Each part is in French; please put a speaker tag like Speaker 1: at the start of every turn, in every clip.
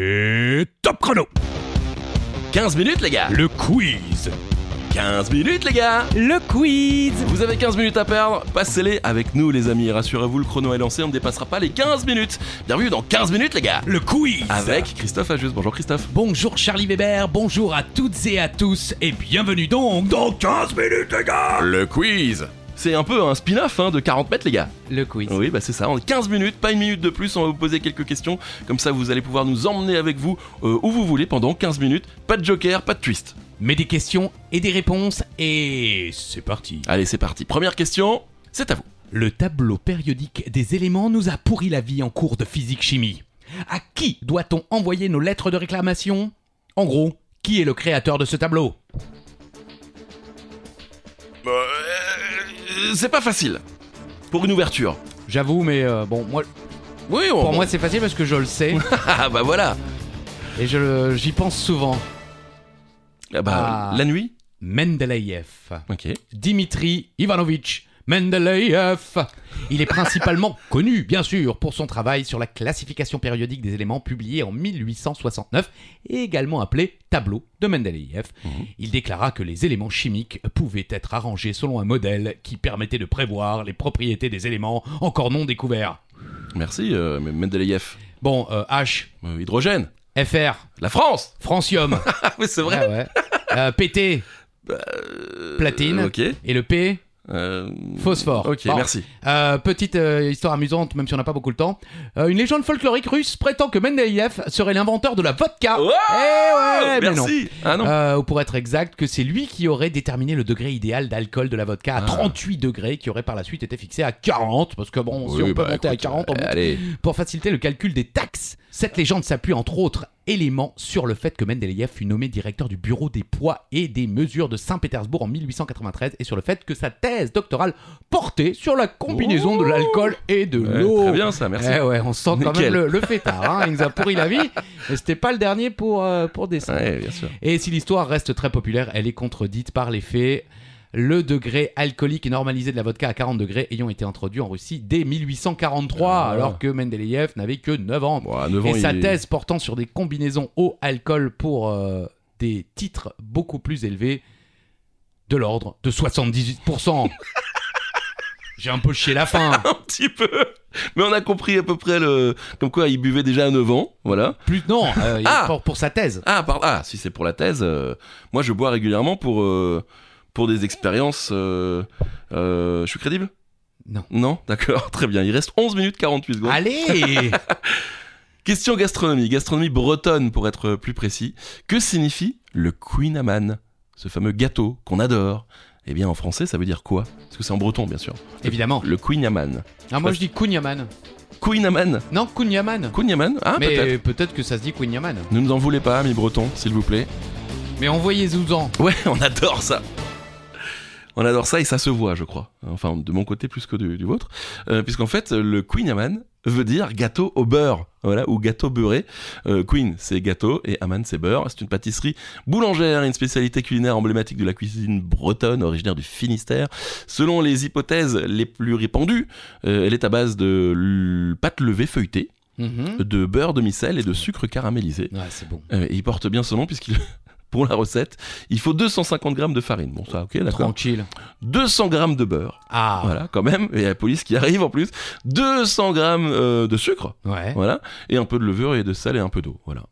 Speaker 1: Et top chrono
Speaker 2: 15 minutes, les gars
Speaker 1: Le quiz
Speaker 2: 15 minutes, les gars
Speaker 3: Le quiz
Speaker 2: Vous avez 15 minutes à perdre, passez-les avec nous, les amis. Rassurez-vous, le chrono est lancé, on ne dépassera pas les 15 minutes. Bienvenue dans 15 minutes, les gars
Speaker 1: Le quiz
Speaker 2: Avec Christophe Ajus. Bonjour, Christophe.
Speaker 3: Bonjour Charlie Weber, bonjour à toutes et à tous, et bienvenue donc dans 15 minutes les gars
Speaker 2: Le quiz c'est un peu un spin-off hein, de 40 mètres les gars.
Speaker 3: Le quiz.
Speaker 2: Oui bah c'est ça, en 15 minutes, pas une minute de plus, on va vous poser quelques questions, comme ça vous allez pouvoir nous emmener avec vous euh, où vous voulez pendant 15 minutes, pas de joker, pas de twist.
Speaker 3: Mais des questions et des réponses, et c'est parti.
Speaker 2: Allez c'est parti, première question, c'est à vous.
Speaker 3: Le tableau périodique des éléments nous a pourri la vie en cours de physique-chimie. À qui doit-on envoyer nos lettres de réclamation En gros, qui est le créateur de ce tableau
Speaker 2: Euh, c'est pas facile. Pour une ouverture.
Speaker 3: J'avoue, mais euh, bon, moi,
Speaker 2: Oui,
Speaker 1: Oh,
Speaker 2: on-
Speaker 3: pour moi c'est facile parce que je le sais,
Speaker 2: Ah bah voilà.
Speaker 3: et je le- j'y pense souvent.
Speaker 2: Ah bah
Speaker 3: Ah.
Speaker 2: la nuit.
Speaker 3: Mendeleïev.
Speaker 2: Ok.
Speaker 3: Dimitri Ivanovitch Mendeleïev. Il est principalement connu, bien sûr, pour son travail sur la classification périodique des éléments publié en 1869 et également appelé tableau de Mendeleïev. Il déclara que les éléments chimiques pouvaient être arrangés selon un modèle qui permettait de prévoir les propriétés des éléments encore non découverts.
Speaker 2: Merci euh, Mendeleïev.
Speaker 3: Bon, euh, H,
Speaker 2: Euh, hydrogène.
Speaker 3: FR,
Speaker 2: La France.
Speaker 3: francium,
Speaker 2: Ah oui c'est vrai.
Speaker 3: Ah ouais. Euh, PT, platine,
Speaker 2: Euh, ok.
Speaker 3: et le P,
Speaker 2: Euh,
Speaker 3: phosphore.
Speaker 2: Ok
Speaker 3: Bon.
Speaker 2: merci.
Speaker 3: Euh, petite euh, histoire amusante, même si on n'a pas beaucoup le temps. Euh, une légende folklorique russe prétend que Mendeleïev serait l'inventeur de la vodka.
Speaker 2: Wow
Speaker 3: Eh ouais, mais non.
Speaker 2: Oh merci. Ah non.
Speaker 3: Euh, ou pour être exact, que c'est lui qui aurait déterminé le degré idéal d'alcool de la vodka à
Speaker 2: Ah.
Speaker 3: 38 degrés, qui aurait par la suite été fixé à 40, parce que bon, si
Speaker 2: Oui,
Speaker 3: on peut
Speaker 2: bah,
Speaker 3: monter à
Speaker 2: écoute,
Speaker 3: 40 on
Speaker 2: euh,
Speaker 3: monte.
Speaker 2: Allez.
Speaker 3: Pour faciliter le calcul des taxes, cette légende s'appuie entre autres éléments sur le fait que Mendeleïev fut nommé directeur du bureau des poids et des mesures de Saint-Pétersbourg en 1893 et sur le fait que sa thèse doctorale portait sur la combinaison de l'alcool et de
Speaker 2: Ouais,
Speaker 3: l'eau.
Speaker 2: très bien ça, merci.
Speaker 3: Eh ouais, on sent quand
Speaker 2: Nickel.
Speaker 3: même le, le fêtard, hein, il nous a pourri la vie, mais c'était pas le dernier pour, euh, pour descendre.
Speaker 2: Ouais, bien sûr.
Speaker 3: Et si l'histoire reste très populaire, elle est contredite par les faits. Le degré alcoolique et normalisé de la vodka à 40 degrés ayant été introduit en Russie dès 1843,
Speaker 2: Ah.
Speaker 3: alors que Mendeleïev n'avait que 9 ans.
Speaker 2: Bon, à 9 ans,
Speaker 3: Et sa
Speaker 2: il-
Speaker 3: thèse portant sur des combinaisons eau-alcool pour euh, des titres beaucoup plus élevés, de l'ordre de 78%. J'ai un peu chié la fin.
Speaker 2: Un petit peu. Mais on a compris à peu près le. Comme quoi, il buvait déjà à 9 ans. Voilà.
Speaker 3: Plus non, euh, il y a
Speaker 2: Ah.
Speaker 3: pour, pour sa thèse.
Speaker 2: Ah, par- ah, si c'est pour la thèse, euh, moi je bois régulièrement pour, euh, pour des expériences. euh, euh, je suis crédible
Speaker 3: Non.
Speaker 2: Non D'accord, très bien. Il reste 11 minutes 48 secondes.
Speaker 3: Allez
Speaker 2: Question gastronomie, gastronomie bretonne pour être plus précis. Que signifie le Queen ce fameux gâteau qu'on adore Eh bien en français ça veut dire quoi Parce que c'est en breton bien sûr.
Speaker 3: Évidemment.
Speaker 2: Le Queen Aman.
Speaker 3: Ah, moi je dis Kunyaman.
Speaker 2: Queen Aman
Speaker 3: Non, Kunyaman.
Speaker 2: Queen Aman Ah peut-être.
Speaker 3: Mais Hein, peut-être que ça se dit Kunyaman.
Speaker 2: Ne nous en voulez pas, amis bretons, s'il vous plaît.
Speaker 3: Mais envoyez-vous-en.
Speaker 2: Ouais, on adore ça. On adore ça et ça se voit, je crois. Enfin, de mon côté plus que du, du vôtre. Euh, Puisqu'en fait, le Queen Aman veut dire gâteau au beurre. Voilà, ou gâteau beurré. Euh, Queen, c'est gâteau et Aman, c'est beurre. C'est une pâtisserie boulangère, une spécialité culinaire emblématique de la cuisine bretonne, originaire du Finistère. Selon les hypothèses les plus répandues, euh, elle est à base de l- pâte levée feuilletée,
Speaker 3: Mhm.
Speaker 2: de beurre demi-sel et de sucre caramélisé.
Speaker 3: Ouais, c'est bon.
Speaker 2: Euh, et il porte bien son nom puisqu'il pour la recette, il faut 250 grammes de farine. Bon, ça, ok, d'accord.
Speaker 3: Tranquille.
Speaker 2: 200 grammes de beurre,
Speaker 3: Ah,
Speaker 2: voilà, quand même. Et la police qui arrive en plus. 200 grammes euh, de sucre,
Speaker 3: ouais.
Speaker 2: voilà, et un peu de levure et de sel et un peu d'eau, voilà.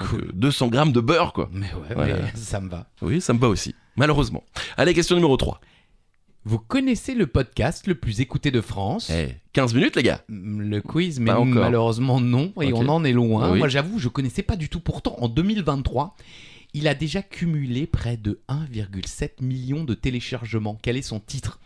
Speaker 2: Donc, euh, 200 grammes de beurre, quoi.
Speaker 3: Mais ouais,
Speaker 2: Voilà.
Speaker 3: mais ça me va.
Speaker 2: Oui, ça me va aussi, malheureusement. Allez, question numéro 3.
Speaker 3: Vous connaissez le podcast le plus écouté de France Mm,
Speaker 2: Eh, 15 minutes, les gars.
Speaker 3: Le quiz, mais
Speaker 2: Pas encore.
Speaker 3: malheureusement non, et
Speaker 2: Ok.
Speaker 3: on en est loin.
Speaker 2: Oui.
Speaker 3: Moi j'avoue, je connaissais pas du tout. Pourtant, en 2023, il a déjà cumulé près de 1,7 million de téléchargements. Quel est son titre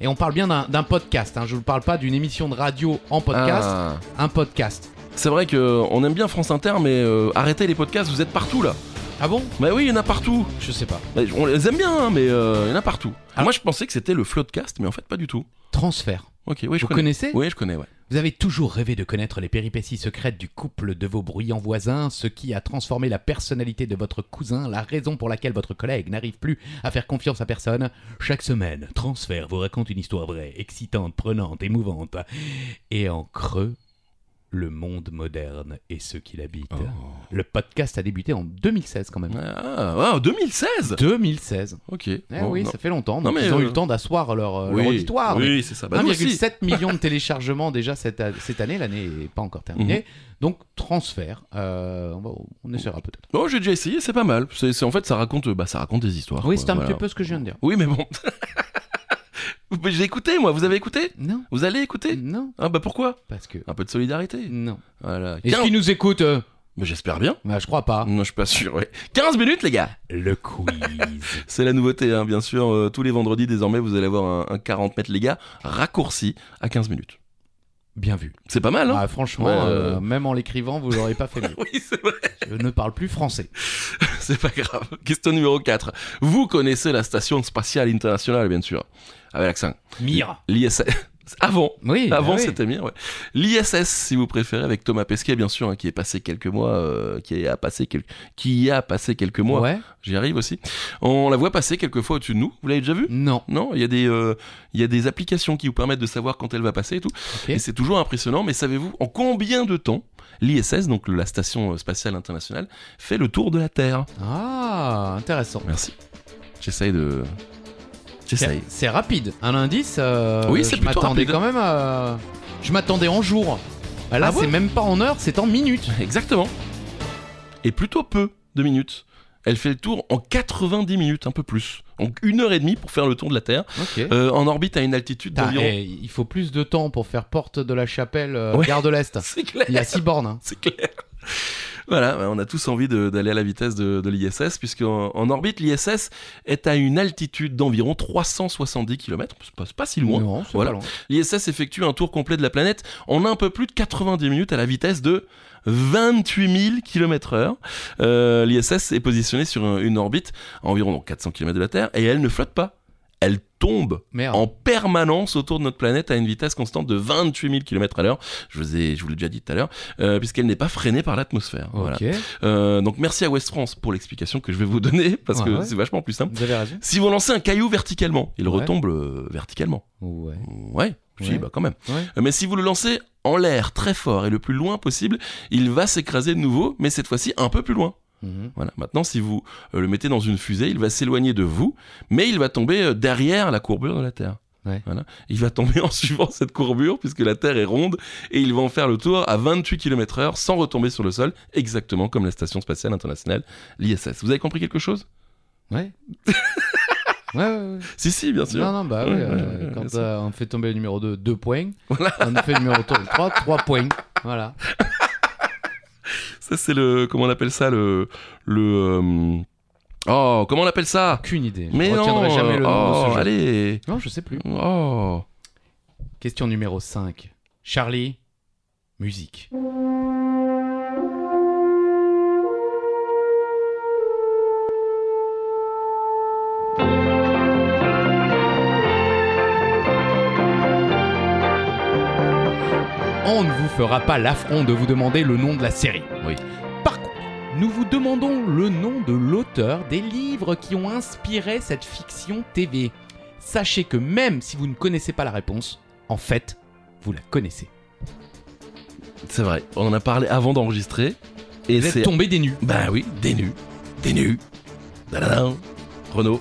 Speaker 3: Et on parle bien d'un d'un podcast, hein. je ne vous parle pas d'une émission de radio en podcast,
Speaker 2: Ah.
Speaker 3: un podcast.
Speaker 2: C'est vrai que euh, on aime bien France Inter, mais euh, arrêtez les podcasts, vous êtes partout, là.
Speaker 3: Ah bon
Speaker 2: Bah oui, il y en a partout.
Speaker 3: Je sais pas.
Speaker 2: Bah, On les aime bien, hein, mais euh, il y en a partout.
Speaker 3: Ah.
Speaker 2: Moi, je pensais que c'était le floodcast, mais en fait, pas du tout.
Speaker 3: Transfert.
Speaker 2: Ok, oui, je
Speaker 3: vous
Speaker 2: connais.
Speaker 3: connaissez
Speaker 2: Oui, je connais, ouais.
Speaker 3: Vous avez toujours rêvé de connaître les péripéties secrètes du couple de vos bruyants voisins, ce qui a transformé la personnalité de votre cousin, la raison pour laquelle votre collègue n'arrive plus à faire confiance à personne. Chaque semaine, Transfert vous raconte une histoire vraie, excitante, prenante, émouvante. Et en creux, le monde moderne et ceux qui l'habitent. Le podcast a débuté en 2016 quand même.
Speaker 2: Oh. Ah, ah, 2016
Speaker 3: 2016.
Speaker 2: Ok.
Speaker 3: Eh
Speaker 2: Bon,
Speaker 3: oui,
Speaker 2: non.
Speaker 3: ça fait longtemps.
Speaker 2: Non,
Speaker 3: Donc
Speaker 2: mais,
Speaker 3: ils ont
Speaker 2: euh,
Speaker 3: eu le temps d'asseoir leur, euh,
Speaker 2: oui.
Speaker 3: leur auditoire.
Speaker 2: Oui, c'est ça. Bah, nous aussi.
Speaker 3: 1,7 million de téléchargements déjà cette, a- cette année. L'année n'est pas encore terminée.
Speaker 2: Mhm.
Speaker 3: Donc transfert. euh, on, va- on essaiera peut-être.
Speaker 2: Bon, j'ai déjà essayé, c'est pas mal. C'est c'est- en fait, ça raconte, bah, ça raconte des histoires.
Speaker 3: Oui,
Speaker 2: quoi,
Speaker 3: c'est un
Speaker 2: voilà.
Speaker 3: petit peu ce que je viens de dire.
Speaker 2: Oui, mais bon. J'ai écouté, moi. Vous avez écouté
Speaker 3: Non.
Speaker 2: Vous allez écouter
Speaker 3: Non,
Speaker 2: Ah bah pourquoi
Speaker 3: parce que.
Speaker 2: Un peu de solidarité.
Speaker 3: Non.
Speaker 2: Voilà.
Speaker 3: Est-ce
Speaker 2: Quinze-
Speaker 3: qu'ils nous écoutent euh
Speaker 2: Mais j'espère bien.
Speaker 3: Bah, Je crois pas.
Speaker 2: Non, je suis pas sûr. Ouais. 15 minutes, les gars.
Speaker 3: Le quiz.
Speaker 2: C'est la nouveauté, hein, bien sûr. Euh, tous les vendredis, désormais, vous allez avoir un, un 40 mètres, les gars, raccourci à 15 minutes.
Speaker 3: Bien vu.
Speaker 2: C'est pas mal, hein
Speaker 3: Ah, franchement,
Speaker 2: Ouais,
Speaker 3: euh,
Speaker 2: euh.
Speaker 3: même en l'écrivant, vous l'aurez pas fait mieux.
Speaker 2: Oui, c'est vrai.
Speaker 3: Je ne parle plus français.
Speaker 2: C'est pas grave. Question numéro 4. Vous connaissez la station spatiale internationale, bien sûr. Avec l'accent.
Speaker 3: Mira.
Speaker 2: L'ISS. Avant.
Speaker 3: Oui. bah
Speaker 2: Avant,
Speaker 3: oui.
Speaker 2: c'était Mir, ouais. L'ISS, si vous préférez, avec Thomas Pesquet, bien sûr, hein, qui est passé quelques mois, euh, qui, a passé quel- qui y a passé quelques mois.
Speaker 3: Ouais.
Speaker 2: J'y arrive aussi. On la voit passer quelques fois au-dessus de nous. Vous l'avez déjà vu
Speaker 3: Non.
Speaker 2: Non, il y, a des, euh, il y a des applications qui vous permettent de savoir quand elle va passer et tout.
Speaker 3: Ok.
Speaker 2: Et c'est toujours impressionnant, mais savez-vous en combien de temps l'ISS, donc la Station Spatiale Internationale, fait le tour de la Terre
Speaker 3: Ah, intéressant.
Speaker 2: Merci. J'essaye de... J'essaye.
Speaker 3: C'est c'est rapide. Un indice. euh,
Speaker 2: Oui, c'est
Speaker 3: Je
Speaker 2: plutôt
Speaker 3: m'attendais
Speaker 2: rapide.
Speaker 3: quand même à. Je m'attendais en jour. Bah Là,
Speaker 2: Ah
Speaker 3: c'est
Speaker 2: ouais
Speaker 3: même pas en heure, c'est en minutes.
Speaker 2: Exactement. Et plutôt peu de minutes. Elle fait le tour en 90 minutes, un peu plus. Donc une heure et demie pour faire le tour de la Terre,
Speaker 3: Ok.
Speaker 2: euh, en orbite à une altitude
Speaker 3: Putain,
Speaker 2: d'environ...
Speaker 3: eh, il faut plus de temps pour faire porte de la chapelle, euh,
Speaker 2: Ouais.
Speaker 3: gare de l'Est.
Speaker 2: C'est clair
Speaker 3: Il y a six bornes. hein.
Speaker 2: C'est clair. Voilà, ouais, on a tous envie de- d'aller à la vitesse de, de l'ISS, puisqu'en en orbite, l'ISS est à une altitude d'environ 370 km, c'est pas, c'est pas si loin.
Speaker 3: Non, c'est
Speaker 2: Voilà.
Speaker 3: pas loin.
Speaker 2: L'ISS effectue un tour complet de la planète en un peu plus de 90 minutes à la vitesse de 28 000 km/h. Euh, L'ISS est positionnée sur un- une orbite à environ donc, 400 km de la Terre, et elle ne flotte pas. Elle tombe
Speaker 3: Merde.
Speaker 2: en permanence autour de notre planète à une vitesse constante de 28 000 km à l'heure. Je vous ai, je vous l'ai déjà dit tout à l'heure, euh, puisqu'elle n'est pas freinée par l'atmosphère.
Speaker 3: Ok.
Speaker 2: Voilà. Euh, donc merci à West France pour l'explication que je vais vous donner parce que
Speaker 3: Ouais, ouais.
Speaker 2: c'est vachement plus simple.
Speaker 3: Vous avez raison.
Speaker 2: Si vous lancez un caillou verticalement, il
Speaker 3: Ouais.
Speaker 2: retombe euh, verticalement.
Speaker 3: Ouais.
Speaker 2: Ouais, si,
Speaker 3: Ouais.
Speaker 2: bah quand même.
Speaker 3: Ouais.
Speaker 2: Euh, Mais si vous le lancez en l'air très fort et le plus loin possible, il va s'écraser de nouveau, mais cette fois-ci un peu plus loin.
Speaker 3: Mhm.
Speaker 2: Voilà. Maintenant, si vous euh, le mettez dans une fusée, il va s'éloigner de vous, mais il va tomber euh, derrière la courbure de la Terre.
Speaker 3: Ouais.
Speaker 2: Voilà. Il va tomber en suivant cette courbure, puisque la Terre est ronde, et il va en faire le tour à 28 km/h sans retomber sur le sol, exactement comme la Station Spatiale Internationale, l'ISS. Vous avez compris quelque chose
Speaker 3: Ouais. Ouais, ouais, ouais.
Speaker 2: Si, si, bien sûr.
Speaker 3: Non, non, bah oui.
Speaker 2: Ouais,
Speaker 3: euh,
Speaker 2: ouais, ouais,
Speaker 3: quand
Speaker 2: bien
Speaker 3: euh, on fait tomber le numéro 2, 2 points. On fait le numéro 3, 3 points. Voilà.
Speaker 2: Ça, c'est le. Comment on appelle ça Le. le euh, Oh, comment on appelle ça
Speaker 3: Aucune idée. Je
Speaker 2: Mais
Speaker 3: retiendrai
Speaker 2: non
Speaker 3: jamais le nom de
Speaker 2: oh,
Speaker 3: ce jeu.
Speaker 2: Allez
Speaker 3: Non, je sais plus.
Speaker 2: Oh
Speaker 3: Question numéro 5. Charlie, musique. On ne vous fera pas l'affront de vous demander le nom de la série.
Speaker 2: Oui.
Speaker 3: Par contre, nous vous demandons le nom de l'auteur des livres qui ont inspiré cette fiction TV. Sachez que même si vous ne connaissez pas la réponse, en fait, vous la connaissez.
Speaker 2: C'est vrai, on en a parlé avant d'enregistrer. Et
Speaker 3: Vous
Speaker 2: c'est.
Speaker 3: êtes tombé des nues.
Speaker 2: Bah oui, des nus. Des nus. Dadadam. Renault.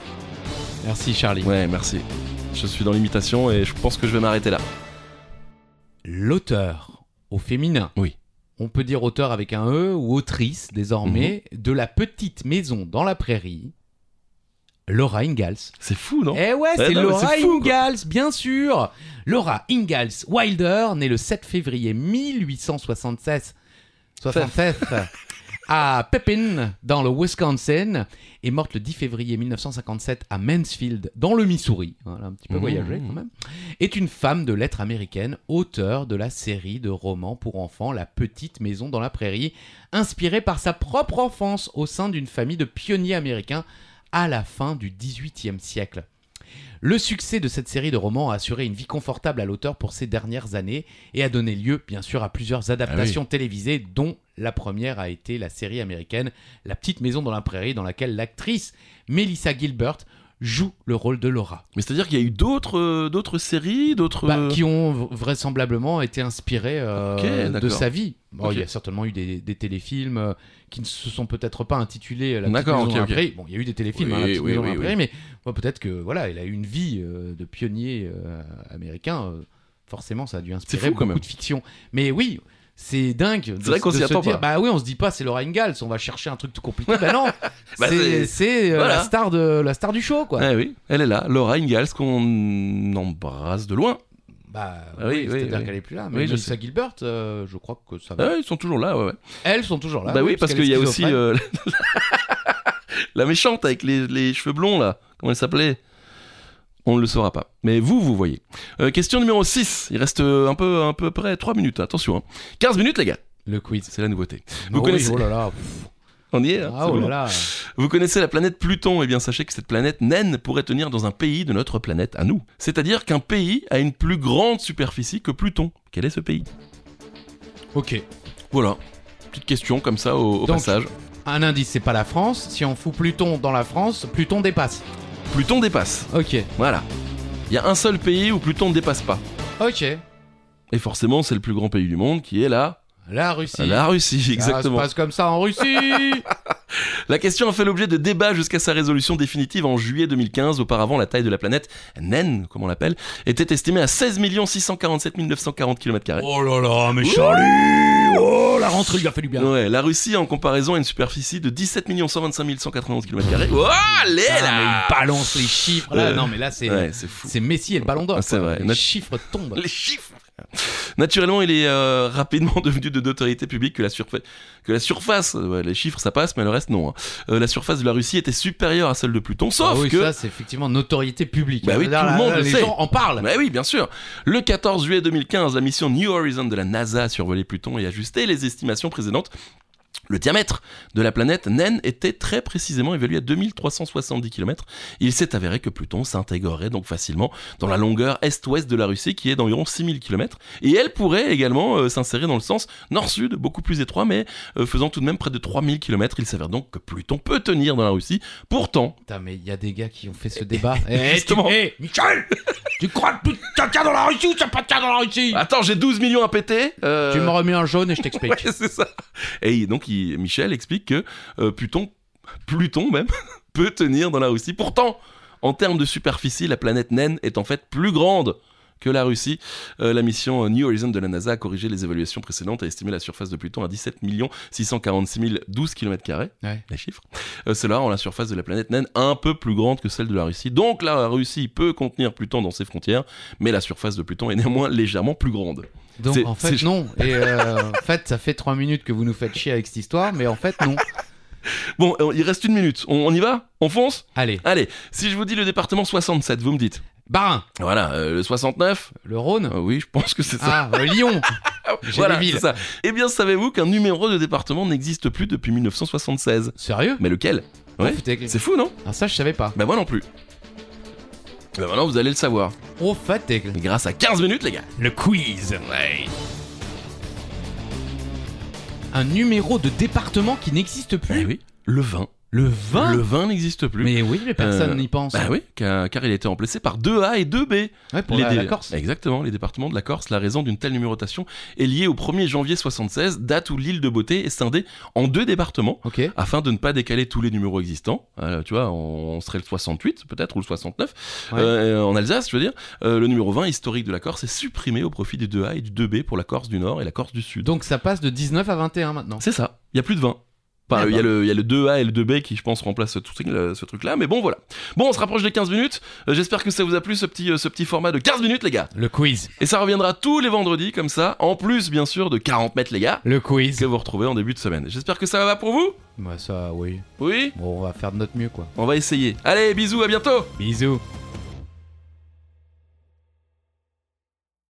Speaker 3: Merci Charlie.
Speaker 2: Ouais, merci. Je suis dans l'imitation et je pense que je vais m'arrêter là.
Speaker 3: L'auteur au féminin.
Speaker 2: Oui.
Speaker 3: On peut dire auteur avec un E ou autrice désormais
Speaker 2: Mhm.
Speaker 3: de la petite maison dans la prairie. Laura Ingalls.
Speaker 2: C'est fou, non
Speaker 3: Eh ouais, c'est
Speaker 2: non, mais
Speaker 3: Laura
Speaker 2: c'est fou, quoi.
Speaker 3: Ingalls, bien sûr. Laura Ingalls Wilder, née le 7 février 1876 76, à Pepin, dans le Wisconsin, est morte le 10 février 1957 à Mansfield, dans le Missouri. Voilà, un petit peu
Speaker 2: Mmh.
Speaker 3: voyagé quand même. Est une femme de lettres américaine, auteure de la série de romans pour enfants La Petite Maison dans la Prairie, inspirée par sa propre enfance au sein d'une famille de pionniers américains à la fin du XVIIIe siècle. Le succès de cette série de romans a assuré une vie confortable à l'auteur pour ses dernières années et a donné lieu, bien sûr, à plusieurs adaptations télévisées, dont la première a été la série américaine La Petite Maison dans la Prairie, dans laquelle l'actrice Melissa Gilbert joue le rôle de Laura,
Speaker 2: Mais c'est-à-dire qu'il y a eu d'autres euh, d'autres séries, d'autres.
Speaker 3: bah, qui ont v- vraisemblablement été inspirés euh,
Speaker 2: euh, Ok,
Speaker 3: de
Speaker 2: d'accord.
Speaker 3: sa vie. Bon,
Speaker 2: Ok.
Speaker 3: Il y a certainement eu des, des téléfilms euh, qui ne se sont peut-être pas intitulés euh, La Petite
Speaker 2: D'accord,
Speaker 3: Maison
Speaker 2: ok, ok.
Speaker 3: Abri. Bon, il y a eu des téléfilms, hein, La
Speaker 2: Oui,
Speaker 3: Petite
Speaker 2: oui,
Speaker 3: Maison
Speaker 2: oui,
Speaker 3: Abri,
Speaker 2: oui.
Speaker 3: mais bon, peut-être que voilà, elle a eu une vie euh, de pionnier euh, américain. euh, forcément, ça a dû inspirer
Speaker 2: fou, quand
Speaker 3: beaucoup
Speaker 2: même.
Speaker 3: de fiction. Mais oui. C'est dingue. de-
Speaker 2: C'est vrai qu'on
Speaker 3: de
Speaker 2: s'y
Speaker 3: se
Speaker 2: attend
Speaker 3: dire,
Speaker 2: pas.
Speaker 3: Bah oui, on se dit pas c'est Laura Ingalls, on va chercher un truc tout compliqué. bah non, c'est
Speaker 2: Bah, c'est-
Speaker 3: c'est, euh,
Speaker 2: voilà.
Speaker 3: la star de la star du show quoi.
Speaker 2: Ah oui, elle est là, Laura Ingalls qu'on embrasse de loin.
Speaker 3: Bah oui,
Speaker 2: Ah oui, oui,
Speaker 3: c'est-à-dire
Speaker 2: oui.
Speaker 3: qu'elle est plus là. Mais
Speaker 2: Oui, je
Speaker 3: Melissa
Speaker 2: sais.
Speaker 3: Gilbert, euh, je crois que ça va.
Speaker 2: Ah ouais, ils sont toujours là, ouais. ouais.
Speaker 3: Elles sont toujours là.
Speaker 2: bah oui, parce qu'il
Speaker 3: qu'elle
Speaker 2: y
Speaker 3: est
Speaker 2: a aussi
Speaker 3: schizophrène.
Speaker 2: euh, la méchante avec les, les cheveux blonds là. Comment elle s'appelait On ne le saura pas. Mais vous, vous voyez. Euh, question numéro 6. Il reste euh, un peu, un peu près 3 minutes. Attention. hein. 15 minutes, les gars.
Speaker 3: le quiz.
Speaker 2: C'est la nouveauté.
Speaker 3: Vous
Speaker 2: euh, Vous connaissez-
Speaker 3: Oh là là. pff.
Speaker 2: On y est. hein,
Speaker 3: Ah
Speaker 2: c'est
Speaker 3: oh là
Speaker 2: bon.
Speaker 3: là.
Speaker 2: Vous connaissez la planète Pluton, et bien sachez que cette planète naine pourrait tenir dans un pays de notre planète à nous. C'est-à-dire qu'un pays a une plus grande superficie que Pluton. Quel est ce pays
Speaker 3: Ok.
Speaker 2: Voilà. Petite question comme ça au, au
Speaker 3: Donc-
Speaker 2: passage.
Speaker 3: Un indice, c'est pas la France. Si on fout Pluton dans la France, Pluton dépasse.
Speaker 2: Pluton dépasse.
Speaker 3: Ok.
Speaker 2: Voilà. Il y a un seul pays où Pluton ne dépasse pas.
Speaker 3: Ok.
Speaker 2: Et forcément, c'est le plus grand pays du monde qui est là.
Speaker 3: La Russie.
Speaker 2: La Russie,
Speaker 3: Ça
Speaker 2: exactement.
Speaker 3: se passe comme ça en Russie.
Speaker 2: La question a fait l'objet de débats jusqu'à sa résolution définitive en juillet 2015. Auparavant, la taille de la planète, naine, comme on l'appelle, était estimée à 16 647 940 km.
Speaker 1: Oh là là, mais Charlie Oh la rentrée
Speaker 3: il a fait du
Speaker 2: Ouais, la Russie, en comparaison, a une superficie de 17 125 191 km. Oh, allez là
Speaker 3: Ah, il balance les chiffres. Là,
Speaker 2: Euh,
Speaker 3: non, mais là, c'est
Speaker 2: Ouais, c'est fou.
Speaker 3: c'est Messi et le Ballon d'Or.
Speaker 2: Ah, c'est
Speaker 3: quoi.
Speaker 2: vrai.
Speaker 3: Les
Speaker 2: Nat-
Speaker 3: chiffres tombent.
Speaker 2: Les chiffres Naturellement, il est euh, rapidement devenu de notoriété publique que la, surfa- que la surface, euh, ouais, les chiffres ça passe, mais le reste non. hein. Euh, la surface de la Russie était supérieure à celle de Pluton, sauf
Speaker 3: Ah oui,
Speaker 2: que.
Speaker 3: ça, c'est effectivement notoriété publique.
Speaker 2: Bah oui, tout
Speaker 3: Là,
Speaker 2: le
Speaker 3: là,
Speaker 2: monde
Speaker 3: là,
Speaker 2: le
Speaker 3: les
Speaker 2: sait.
Speaker 3: gens en parlent.
Speaker 2: Bah oui, bien sûr. Le 14 juillet 2015, la mission New Horizon de la NASA a survolé Pluton et ajusté les estimations précédentes. Le diamètre de la planète naine était très précisément évalué à 2370 km. Il s'est avéré que Pluton s'intégrerait donc facilement dans la longueur est-ouest de la Russie qui est d'environ 6000 km. Et elle pourrait également euh, s'insérer dans le sens nord-sud, beaucoup plus étroit, mais euh, faisant tout de même près de 3000 km. Il s'avère donc que Pluton peut tenir dans la Russie. Pourtant,
Speaker 3: Putain, mais il y a des gars qui ont fait ce débat. Eh,
Speaker 2: Justement.
Speaker 3: Michel Tu crois que tout ça tient dans la Russie ou ça pas tient dans la Russie
Speaker 2: attends, j'ai 12 millions à péter. euh,
Speaker 3: Bah, Tu me remets un jaune et je t'explique.
Speaker 2: Ouais, c'est ça. Et il- donc, il- Michel explique que euh, Pluton, Pluton même, peut tenir dans la Russie. Pourtant, en termes de superficie, la planète naine est en fait plus grande que la Russie. Euh, la mission euh, New Horizon de la NASA a corrigé les évaluations précédentes et estimé la surface de Pluton à 17 646 012 km2.
Speaker 3: Ouais.
Speaker 2: Les chiffres. Euh, cela rend la surface de la planète naine un peu plus grande que celle de la Russie. Donc la Russie peut contenir Pluton dans ses frontières, mais la surface de Pluton est néanmoins légèrement plus grande.
Speaker 3: Donc
Speaker 2: C'est-
Speaker 3: en fait,
Speaker 2: c'est-
Speaker 3: non. Et euh, en fait, ça fait 3 minutes que vous nous faites chier avec cette histoire, mais en fait, non.
Speaker 2: Bon, euh, il reste une minute. On- on y va On fonce
Speaker 3: Allez,
Speaker 2: Allez, si je vous dis le département 67, vous me dites.
Speaker 3: Barin,
Speaker 2: Voilà, euh, le 69
Speaker 3: le Rhône.
Speaker 2: Euh, Oui, je pense que c'est ça.
Speaker 3: Ah, euh, Lyon J'ai
Speaker 2: voilà,
Speaker 3: des villes.
Speaker 2: c'est ça. Eh bien, savez-vous qu'un numéro de département n'existe plus depuis 1976
Speaker 3: Sérieux
Speaker 2: Mais lequel Ouais.
Speaker 3: Putain,
Speaker 2: C'est fou, non
Speaker 3: ah, ça, je savais pas.
Speaker 2: Bah moi non plus. Bah maintenant, vous allez le savoir.
Speaker 3: Oh, fatigue.
Speaker 2: Mais grâce à 15 minutes, les gars.
Speaker 1: Le quiz
Speaker 2: Ouais.
Speaker 3: Un numéro de département qui n'existe plus.
Speaker 2: Eh oui, le 20.
Speaker 3: Le 20
Speaker 2: Le 20 n'existe plus.
Speaker 3: Mais oui, mais personne
Speaker 2: Euh,
Speaker 3: n'y pense.
Speaker 2: Bah oui, car, car il a été remplacé par 2A et 2B.
Speaker 3: ouais, pour
Speaker 2: Les
Speaker 3: la,
Speaker 2: dé-
Speaker 3: la Corse.
Speaker 2: Exactement, les départements de la Corse. La raison d'une telle numérotation est liée au 1er janvier 76, date où l'île de Beauté est scindée en deux départements.
Speaker 3: Ok.
Speaker 2: Afin de ne pas décaler tous les numéros existants, Euh, tu vois, on, on serait le 68 peut-être ou le 69
Speaker 3: Ouais.
Speaker 2: Euh, en Alsace, je veux dire. Euh, le numéro 20 historique de la Corse est supprimé au profit des 2A et du 2B pour la Corse du Nord et la Corse du Sud.
Speaker 3: Donc ça passe de 19 à 21 maintenant.
Speaker 2: C'est ça, il y a plus de 20. Enfin,
Speaker 3: D'accord.
Speaker 2: il y, a le, il y a le 2A et le 2B qui, je pense, remplacent ce truc- le- ce truc-là, mais bon, voilà. Bon, on se rapproche des 15 minutes. Euh, J'espère que ça vous a plu, ce petit, euh, ce petit format de 15 minutes, les gars.
Speaker 3: Le quiz.
Speaker 2: Et ça reviendra tous les vendredis comme ça, en plus bien sûr de 40 mètres les gars,
Speaker 3: Le quiz.
Speaker 2: que vous retrouvez en début de semaine. J'espère que ça va pour vous
Speaker 3: Bah ça, oui.
Speaker 2: Oui
Speaker 3: Bon, on va faire de notre mieux, quoi.
Speaker 2: On va essayer. Allez, bisous, à bientôt
Speaker 3: Bisous.